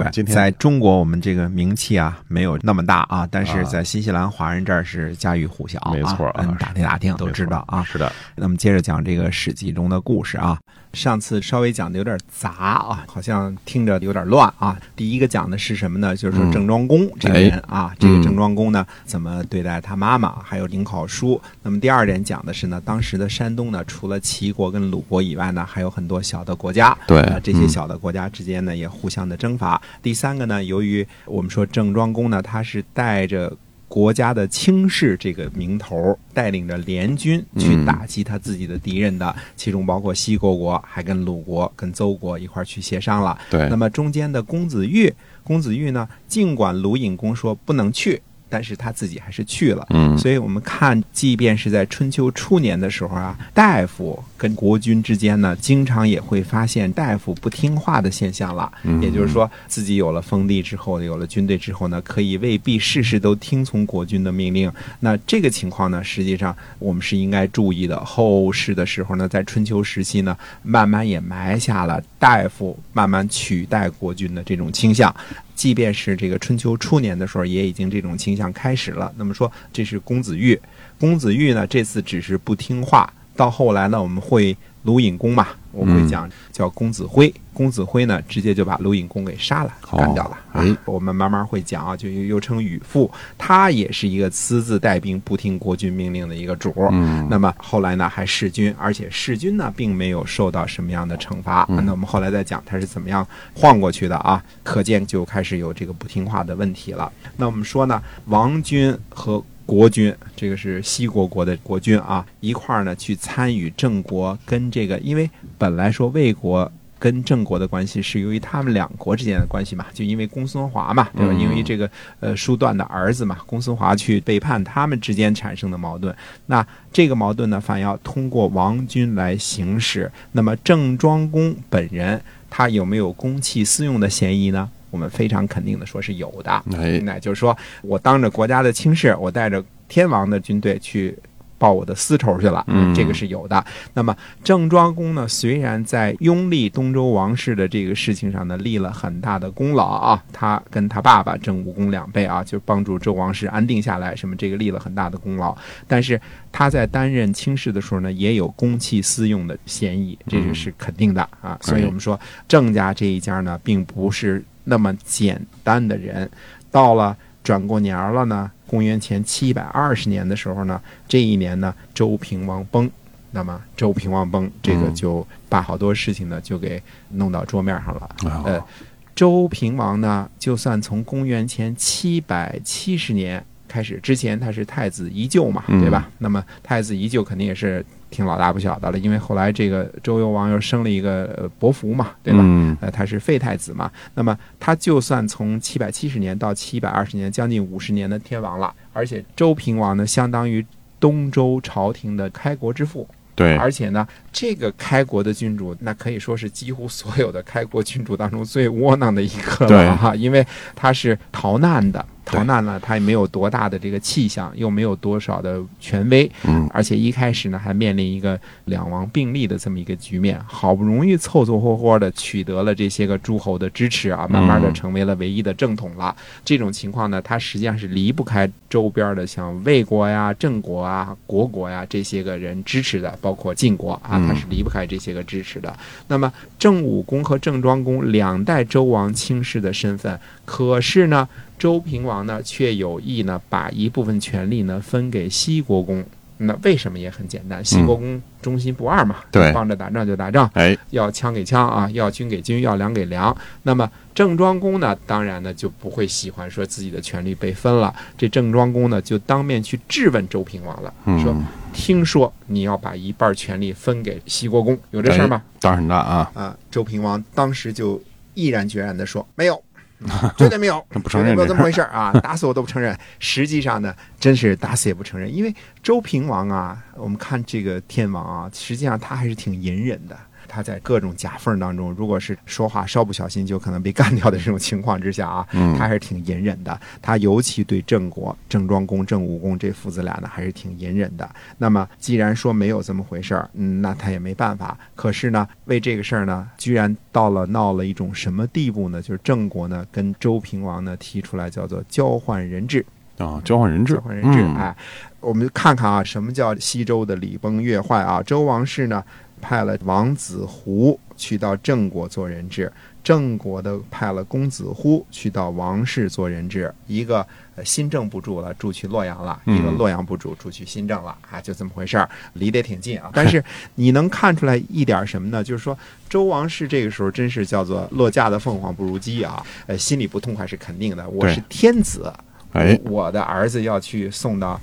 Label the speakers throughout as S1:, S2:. S1: 那啊么今天
S2: 在中国我们这个名气啊没有那么大啊，但是
S1: 啊
S2: 在新西兰华人这儿是家喻户晓、啊，
S1: 没错啊
S2: 嗯打听打听都
S1: 没错
S2: 知道啊。
S1: 是的，
S2: 那么接着讲这个《史记》中的故事啊。上次稍微讲的有点杂啊，好像听着有点乱啊。第一个讲的是什么呢？就是说郑庄公这个人啊，这个郑庄公呢怎么对待他妈妈，还有林考叔。那么第二点讲的是呢，当时的山东呢，除了齐国跟鲁国以外呢，还有很多小的国家。
S1: 对
S2: 呃这些
S1: 嗯
S2: 小的国家之间呢也互相的征伐。第三个呢，由于我们说郑庄公呢，他是带着。国家的卿士这个名头，带领着联军去
S1: 嗯
S2: 打击他自己的敌人的，其中包括西国国，还跟鲁国、跟邹国一块儿去协商了。
S1: 对
S2: 那，么中间的公子玉，公子玉呢，尽管鲁隐公说不能去，但是他自己还是去了。
S1: 嗯，
S2: 所以我们看，即便是在春秋初年的时候啊，大夫跟国君之间呢，经常也会发现大夫不听话的现象了。
S1: 嗯
S2: 也就是说，自己有了封地之后，有了军队之后呢，可以未必事事都听从国君的命令。那这个情况呢，实际上我们是应该注意的。后世的时候呢，在春秋时期呢，慢慢也埋下了大夫慢慢取代国君的这种倾向。即便是这个春秋初年的时候，也已经这种倾向开始了。那么说，这是公子玉。公子玉呢，这次只是不听话。到后来呢，我们会鲁隐公嘛，我们
S1: 嗯
S2: 会讲叫公子辉。公子辉呢，直接就把鲁隐公给杀了，
S1: 哦
S2: 干掉了。啊
S1: 哎
S2: 我们慢慢会讲啊，就又又称禹父，他也是一个私自带兵、不听国君命令的一个主儿。
S1: 嗯，
S2: 那么后来呢，还弑君，而且弑君呢，并没有受到什么样的惩罚。那我们后来再讲他是怎么样晃过去的啊，可见就开始有这个不听话的问题了。那我们说呢，王军和国军，这个是西国国的国军啊，一块儿呢去参与郑国跟这个，因为本来说魏国。跟郑国的关系是由于他们两国之间的关系嘛，就因为公孙华嘛，对吧？
S1: 嗯
S2: 因为这个呃叔段的儿子嘛，公孙华去背叛他们之间产生的矛盾。那这个矛盾呢，反要通过王军来行使。那么郑庄公本人他有没有公器私用的嫌疑呢？我们非常肯定的说是有的。
S1: 哎，
S2: 那就是说我当着国家的卿士，我带着天王的军队去报我的私仇去了，
S1: 嗯
S2: 这个是有的。那么郑庄公呢，虽然在拥立东周王室的这个事情上呢，立了很大的功劳啊，他跟他爸爸郑武公两辈啊，就帮助周王室安定下来，什么这个立了很大的功劳，但是他在担任卿士的时候呢，也有公器私用的嫌疑，这个是肯定的啊。所以我们说郑家这一家呢，并不是那么简单的人。到了转过年儿了呢，公元前七百二十年的时候呢，这一年呢，周平王崩。那么周平王崩，这个
S1: 嗯
S2: 就把好多事情呢就给弄到桌面上了。
S1: 哦
S2: 呃，周平王呢，就算从公元前七百七十年开始，之前他是太子宜臼嘛，
S1: 嗯
S2: 对吧？那么太子宜臼肯定也是挺老大不小的了，因为后来这个周幽王又生了一个呃伯服嘛，对吧？
S1: 嗯
S2: 呃，他是废太子嘛，那么他就算从七百七十年到七百二十年，将近五十年的天王了，而且周平王呢，相当于东周朝廷的开国之父，
S1: 对，
S2: 而且呢，这个开国的君主，那可以说是几乎所有的开国君主当中最窝囊的一个了哈，因为他是逃难的，逃难了，他也没有多大的这个气象，又没有多少的权威，
S1: 嗯，
S2: 而且一开始呢还面临一个两王并立的这么一个局面，好不容易凑凑合合的取得了这些个诸侯的支持啊，慢慢的
S1: 嗯
S2: 成为了唯一的正统了。这种情况呢，它实际上是离不开周边的像魏国呀、郑国啊、国国呀这些个人支持的，包括晋国啊，
S1: 嗯
S2: 它是离不开这些个支持的。那么郑武公和郑庄公两代周王卿士的身份，可是呢，周平王呢却有意呢把一部分权力呢分给西国公。那为什么也很简单，西国公忠心不二嘛，
S1: 嗯对
S2: 帮着打仗就打仗，
S1: 哎，
S2: 要枪给枪啊，要军给军，要粮给粮。那么郑庄公呢，当然呢就不会喜欢说自己的权力被分了。这郑庄公呢，就当面去质问周平王了，说
S1: 嗯，：“
S2: 听说你要把一半权力分给西国公，有这事儿吗
S1: 胆儿很大啊，？”
S2: 啊，周平王当时就毅然决然地说：“没有。”嗯绝对没有
S1: ，不承认
S2: 绝对没有
S1: 这
S2: 这么回事儿啊！ 打死我都不承认。实际上呢，真是打死也不承认，因为周平王啊，我们看这个天王啊，实际上他还是挺隐忍的。他在各种夹缝当中，如果是说话稍不小心就可能被干掉的这种情况之下啊，
S1: 嗯
S2: 他还是挺隐忍的。他尤其对郑国郑庄公、郑武公这父子俩呢，还是挺隐忍的。那么既然说没有这么回事儿，嗯，那他也没办法。可是呢，为这个事儿呢，居然到了闹了一种什么地步呢？就是郑国呢跟周平王呢提出来叫做交换人质。
S1: 啊，交换人质，
S2: 交换人质。
S1: 嗯
S2: 哎，我们看看啊，什么叫西周的礼崩乐坏啊？周王室呢派了王子胡去到郑国做人质，郑国的派了公子忽去到王室做人质，一个呃新郑不住了，住去洛阳了；一个
S1: 嗯
S2: 洛阳不住，住去新郑了。啊，就这么回事儿，离得挺近啊。但是你能看出来一点什么呢？就是说周王室这个时候真是叫做落架的凤凰不如鸡啊，呃，心里不痛快是肯定的。我
S1: 对
S2: 是天子，
S1: 哎，
S2: 我的儿子要去送到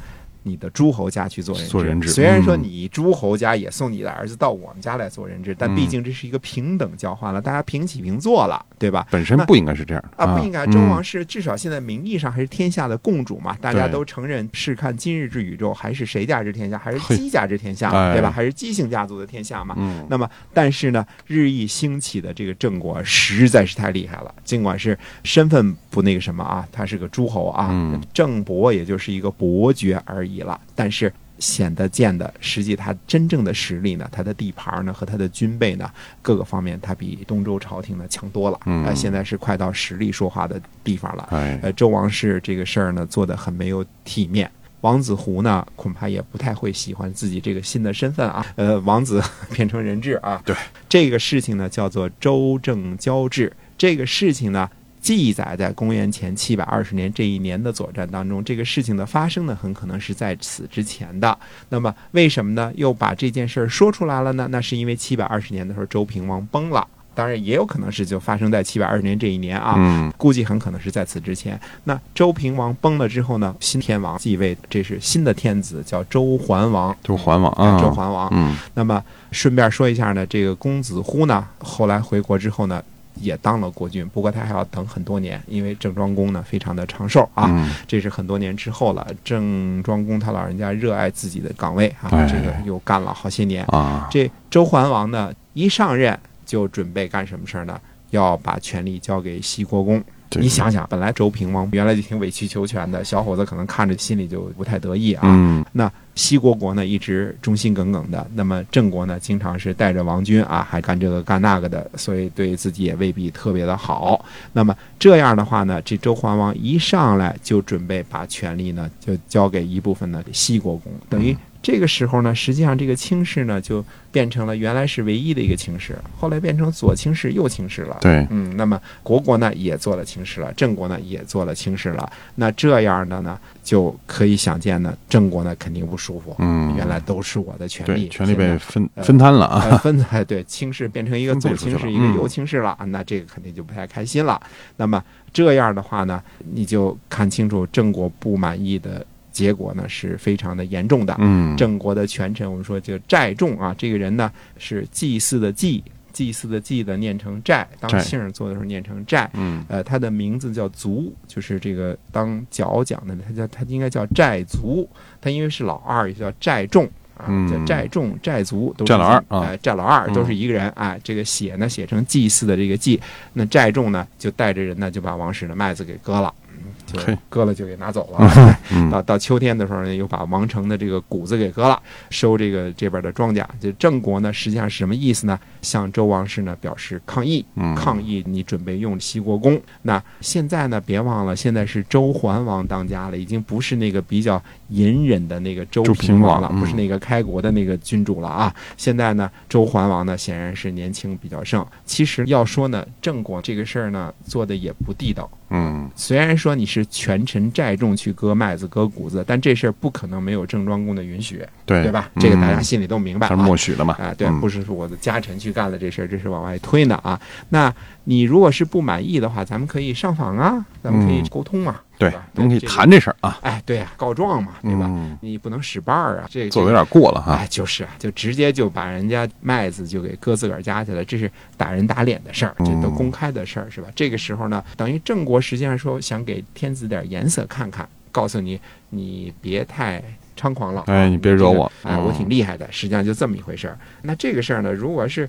S2: 你的诸侯家去做人质。
S1: 做人质
S2: 虽然说
S1: 嗯
S2: 你诸侯家也送你的儿子到我们家来做人质，
S1: 嗯
S2: 但毕竟这是一个平等交换了，大家平起平坐了，对吧？
S1: 本身不应该是这样的
S2: 啊，不应该，周
S1: 嗯
S2: 王室至少现在名义上还是天下的共主嘛，大家
S1: 对
S2: 都承认是看今日之宇宙，还是谁家之天下，还是
S1: 嘿
S2: 姬家之天下
S1: 哎，
S2: 对吧？还是姬姓家族的天下嘛？
S1: 嗯，
S2: 那么，但是呢，日益兴起的这个郑国实在是太厉害了。尽管是身份不那个什么啊，他是个诸侯啊，
S1: 嗯
S2: 郑伯也就是一个伯爵而已了，但是。显得见的，实际他真正的实力呢，他的地盘呢和他的军备呢，各个方面他比东周朝廷呢强多了。
S1: 嗯
S2: 呃现在是快到实力说话的地方了。
S1: 哎，
S2: 呃，周王室这个事儿呢，做得很没有体面。王子胡呢，恐怕也不太会喜欢自己这个新的身份啊。呃，王子 变成人质啊。
S1: 对，
S2: 这个事情呢，叫做周郑交质。这个事情呢，记载在公元前七百二十年这一年的左传当中。这个事情的发生呢，很可能是在此之前的。那么为什么呢？又把这件事儿说出来了呢？那是因为七百二十年的时候，周平王崩了。当然，也有可能是就发生在七百二十年这一年啊。
S1: 嗯，
S2: 估计很可能是在此之前。那周平王崩了之后呢，新天王继位，这是新的天子，叫周桓王。
S1: 周桓王
S2: 啊
S1: 啊，
S2: 周桓王。
S1: 嗯，
S2: 那么顺便说一下呢，这个公子忽呢，后来回国之后呢，也当了国君，不过他还要等很多年，因为郑庄公呢非常的长寿啊。
S1: 嗯，
S2: 这是很多年之后了，郑庄公他老人家热爱自己的岗位啊，
S1: 哎
S2: 这个又干了好些年。
S1: 啊，
S2: 这周桓王呢，一上任就准备干什么事儿呢？要把权力交给西国公。
S1: 这
S2: 你，想想，本来周平王原来就挺委曲求全的，小伙子可能看着心里就不太得意啊。
S1: 嗯，
S2: 那西国国呢，一直忠心耿耿的；那么郑国呢，经常是带着王军啊，还干这个干那个的，所以对自己也未必特别的好。那么这样的话呢，这周桓王一上来就准备把权力呢，就交给一部分的西国公，等于这个时候呢，实际上这个卿氏呢，就变成了原来是唯一的一个卿氏，后来变成左卿氏、右卿氏了。
S1: 对，
S2: 嗯，那么国国呢也做了卿士了，郑国呢也做了卿士了，那这样的呢，就可以想见呢，郑国呢肯定不舒服，
S1: 嗯，
S2: 原来都是我的权
S1: 对，
S2: 利，
S1: 权力
S2: 现
S1: 被
S2: 在
S1: 分分摊了啊，
S2: 呃分 哎对卿士变成一个
S1: 分配
S2: 左
S1: 出去
S2: 卿士
S1: 了
S2: 一个
S1: 嗯
S2: 右卿士了，那这个肯定就不太开心了。那么这样的话呢，你就看清楚郑国不满意的结果呢是非常的严重的，
S1: 嗯，
S2: 郑国的权臣，我们说这个寨仲啊，这个人呢是祭祀的祭，祭祀的祭的念成寨，
S1: 寨
S2: 当姓儿做的时候念成寨。
S1: 嗯，
S2: 呃，他的名字叫卒，就是这个当脚讲的，他叫他应该叫寨卒。他因为是老二，也叫寨仲啊，
S1: 嗯
S2: 叫寨仲、寨卒都是
S1: 寨老二啊
S2: 哎，寨老二
S1: 嗯
S2: 都是一个人啊。这个写呢写成祭祀的这个祭，那寨仲呢就带着人呢就把王室的麦子给割了，嗯就
S1: 嘿
S2: 割了就给拿走了。
S1: 嗯，
S2: 到到秋天的时候呢，又把王城的这个谷子给割了，收这个这边的庄稼。这郑国呢，实际上是什么意思呢？向周王室呢表示抗议，
S1: 嗯
S2: 抗议你准备用齐国公。那现在呢，别忘了，现在是周桓王当家了，已经不是那个比较隐忍的那个周
S1: 周平
S2: 平王了，
S1: 王嗯
S2: 不是那个开国的那个君主了啊。现在呢，周桓王呢显然是年轻比较盛。其实要说呢，郑国这个事儿呢做的也不地道，
S1: 嗯
S2: 虽然说你是全臣寨众去割麦子、割谷子，但这事儿不可能没有郑庄公的允许，
S1: 对
S2: 对吧？这个大家
S1: 嗯
S2: 心里都明白、
S1: 他
S2: 啊。
S1: 是默许的嘛？
S2: 啊，对，
S1: 嗯
S2: 不是说我的家臣去干了这事儿，这是往外推呢啊。那你如果是不满意的话，咱们可以上访啊，咱们可以
S1: 嗯
S2: 沟通嘛，
S1: 对
S2: 吧，
S1: 咱们可以
S2: 这个
S1: 谈哎这事儿啊，
S2: 哎，对呀、告状嘛，对吧？
S1: 嗯
S2: 你不能使绊儿啊，这个
S1: 做的有点过了哈
S2: 哎，。就是啊，就直接就把人家麦子就给搁自个儿家去了，这是打人打脸的事儿，这都
S1: 嗯
S2: 公开的事儿是吧？这个时候呢，等于郑国实际上说想给天子点颜色看看，告诉你你别太。猖狂了，
S1: 哎你别惹我
S2: 这个哎，我
S1: 嗯
S2: 挺厉害的。实际上就这么一回事儿。那这个事儿呢，如果是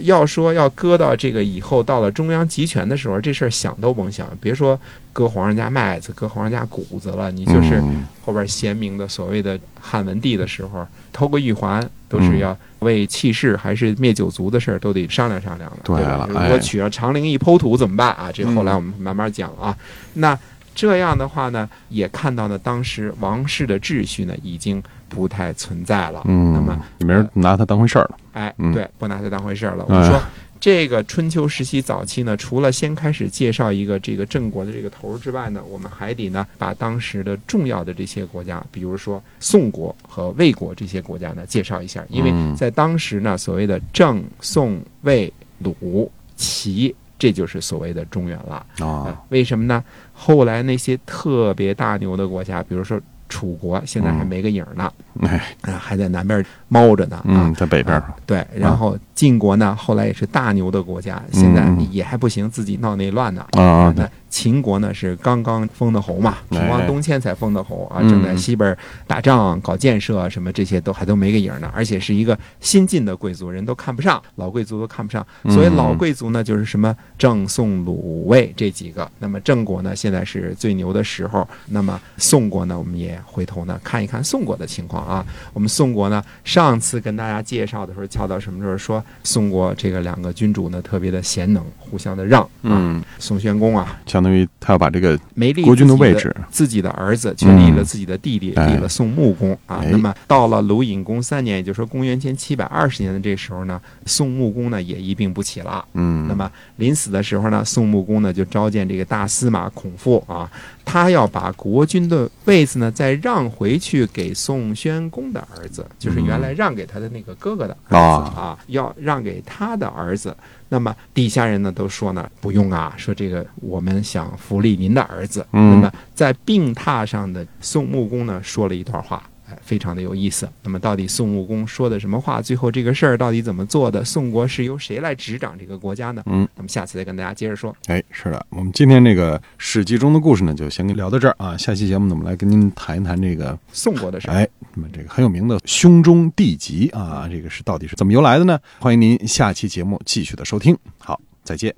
S2: 要说要搁到这个以后到了中央集权的时候，这事儿想都甭想，别说割皇上家麦子、割皇上家谷子了，你就是
S1: 嗯
S2: 后边贤明的所谓的汉文帝的时候，偷个玉环都是
S1: 嗯
S2: 要为弃世还是灭九族的事儿都得商量商量的。
S1: 对
S2: 吧
S1: 了
S2: 如果
S1: 哎嗯
S2: 娶上长陵一剖土怎么办啊？这后来我们慢慢讲啊。那这样的话呢，也看到呢，当时王室的秩序呢已经不太存在了。那么
S1: 嗯，你没人拿他当回事儿了。
S2: 哎
S1: 嗯，
S2: 对，不拿它当回事儿了。我
S1: 哎
S2: 们说，这个春秋时期早期呢，除了先开始介绍一个这个郑国的这个头儿之外呢，我们还得呢把当时的重要的这些国家，比如说宋国和魏国这些国家呢介绍一下，因为
S1: 嗯
S2: 在当时呢，所谓的郑、宋、魏、鲁、齐，这就是所谓的中原了。
S1: 啊，
S2: 为什么呢？后来那些特别大牛的国家，比如说楚国，现在还
S1: 嗯
S2: 没个影儿呢，
S1: 哎，
S2: 啊，还在南边儿猫着呢啊。
S1: 嗯，在北边儿，
S2: 啊对，然后晋国呢，后来也是大牛的国家，现在也还不行，自己闹内乱呢。
S1: 嗯啊对
S2: 那秦国呢是刚刚封的侯嘛，
S1: 哎
S2: 秦王东迁才封的侯啊，
S1: 嗯
S2: 正在西边打仗、搞建设啊什么这些都还都没个影儿呢，而且是一个新晋的贵族，人都看不上，老贵族都看不上，所以
S1: 嗯
S2: 老贵族呢就是什么郑、宋、鲁、卫这几个。那么郑国呢现在是最牛的时候，那么宋国呢我们也回头呢看一看宋国的情况啊。我们宋国呢，上次跟大家介绍的时候，跳到什么时候说宋国这个两个君主呢特别的贤能，互相的让啊。
S1: 嗯，
S2: 宋宣公啊，
S1: 相当于他要把这个
S2: 没立
S1: 国君的
S2: 自己
S1: 位置，
S2: 自己的儿子却
S1: 嗯
S2: 立了自己的弟弟，
S1: 哎
S2: 立了宋穆公啊。
S1: 哎
S2: 那么到了鲁隐公三年，也就是说公元前七百二十年的这时候呢，宋穆公呢也一病不起了。
S1: 嗯，
S2: 那么临死的时候呢，宋穆公呢就召见这个大司马孔父啊，他要把国君的位子呢再让回去给宋宣公的儿子，就是原来让给他的那个哥哥的儿子
S1: 嗯
S2: 啊，要让给他的儿子。那么底下人呢都说呢不用啊，说这个我们想扶立您的儿子。
S1: 嗯
S2: 那么在病榻上的宋穆公呢说了一段话。哎，非常的有意思。那么，到底宋穆公说的什么话？最后这个事儿到底怎么做的？宋国是由谁来执掌这个国家呢？
S1: 嗯，
S2: 那么下次再跟大家接着说。
S1: 哎，是的，我们今天这个《史记》中的故事呢，就先跟聊到这儿啊。下期节目呢，我们来跟您谈一谈这个，
S2: 宋国的事儿，
S1: 哎，那么这个很有名的胸中地级啊，这个是到底是怎么由来的呢？欢迎您下期节目继续的收听，好，再见。